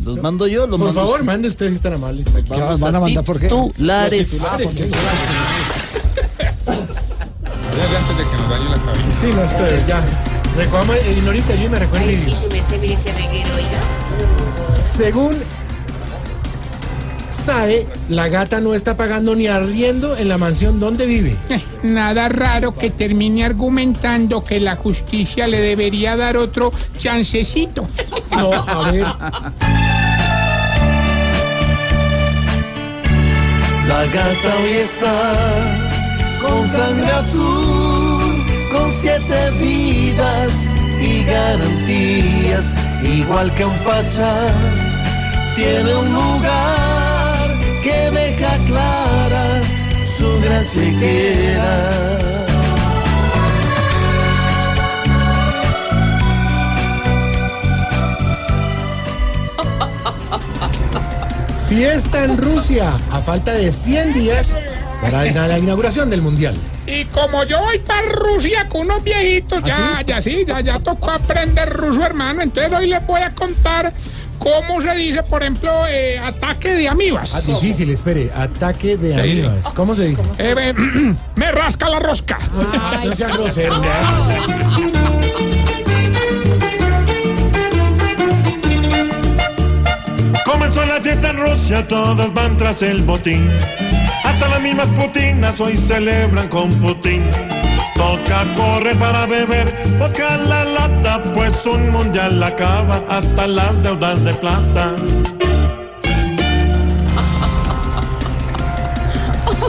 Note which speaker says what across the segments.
Speaker 1: Los mando yo, los
Speaker 2: Por
Speaker 1: mando
Speaker 2: favor,
Speaker 1: usted.
Speaker 2: mande ustedes si están amables. Está aquí.
Speaker 1: Vamos
Speaker 3: van a mandar por qué?
Speaker 1: titulares.
Speaker 4: Hágale antes de que nos dañe la cabina.
Speaker 2: Sí, no, ustedes, ya. Recuama, ignorita, yo me recuerdo.
Speaker 5: Ay, sí, su merced, mire ese reguero, oiga.
Speaker 2: Según SAE, la gata no está pagando ni arriendo en la mansión donde vive.
Speaker 6: Eh, Nada raro que termine argumentando que la justicia le debería dar otro chancecito.
Speaker 2: No, a ver.
Speaker 7: La gata hoy está con sangre azul, con siete vidas y garantías, igual que un pachá. Tiene un lugar que deja clara su gran chequera.
Speaker 2: Fiesta en Rusia, a falta de 100 días para la inauguración del Mundial.
Speaker 6: Y como yo voy para Rusia con unos viejitos, ya, ya ¿Ah, sí, ya, ya tocó aprender ruso, hermano. Entonces hoy les voy a contar cómo se dice, por ejemplo, eh, ataque de
Speaker 2: Ah,
Speaker 6: amibas.
Speaker 2: difícil, espere. Ataque de amibas. ¿Cómo se dice?
Speaker 6: Eh, eh, me rasca la rosca.
Speaker 2: No sea grosero.
Speaker 8: Comenzó la fiesta en Rusia, todos van tras el botín. Hasta las mismas putinas hoy celebran con Putin. Toca correr para beber, boca la lata, pues un mundial acaba hasta las deudas de plata.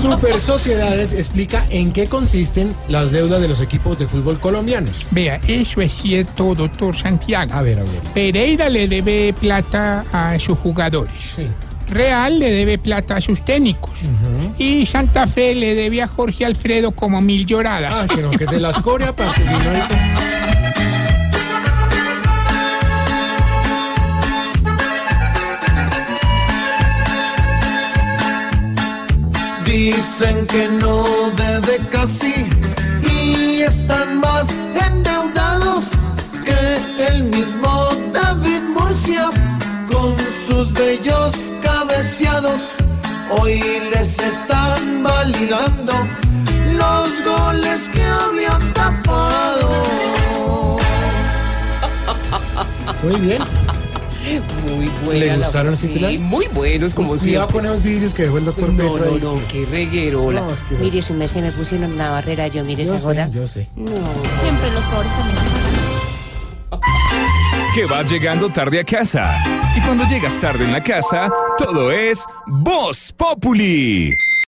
Speaker 2: Super Sociedades explica en qué consisten las deudas de los equipos de fútbol colombianos.
Speaker 6: Vea, eso es cierto, doctor Santiago.
Speaker 2: A ver, a ver.
Speaker 6: Pereira le debe plata a sus jugadores.
Speaker 2: Sí.
Speaker 6: Real le debe plata a sus técnicos. Y Santa Fe le debe a Jorge Alfredo como mil lloradas.
Speaker 2: Ah, que no, que se las corea para que no ahorita-
Speaker 7: Dicen que no debe casi y están más endeudados que el mismo David Murcia con sus bellos cabeceados. Hoy les están validando los goles que habían tapado.
Speaker 2: Muy bien.
Speaker 5: Muy buena.
Speaker 2: ¿Le
Speaker 5: la-
Speaker 2: gustaron los
Speaker 5: sí,
Speaker 2: titulares?
Speaker 5: muy buenos, como
Speaker 2: Cuidado
Speaker 5: siempre.
Speaker 2: con esos vídeos que dejó el doctor
Speaker 5: No,
Speaker 2: Petro
Speaker 5: no,
Speaker 2: ahí.
Speaker 5: no, qué reguerola.
Speaker 2: No, es que es
Speaker 5: mire, su merced, me pusieron una barrera yo, mire
Speaker 2: Yo
Speaker 5: esa
Speaker 2: sé,
Speaker 5: hora.
Speaker 2: yo sé.
Speaker 5: No.
Speaker 9: Siempre los pobres también.
Speaker 4: Que va llegando tarde a casa. Y cuando llegas tarde en la casa, todo es Voz Populi.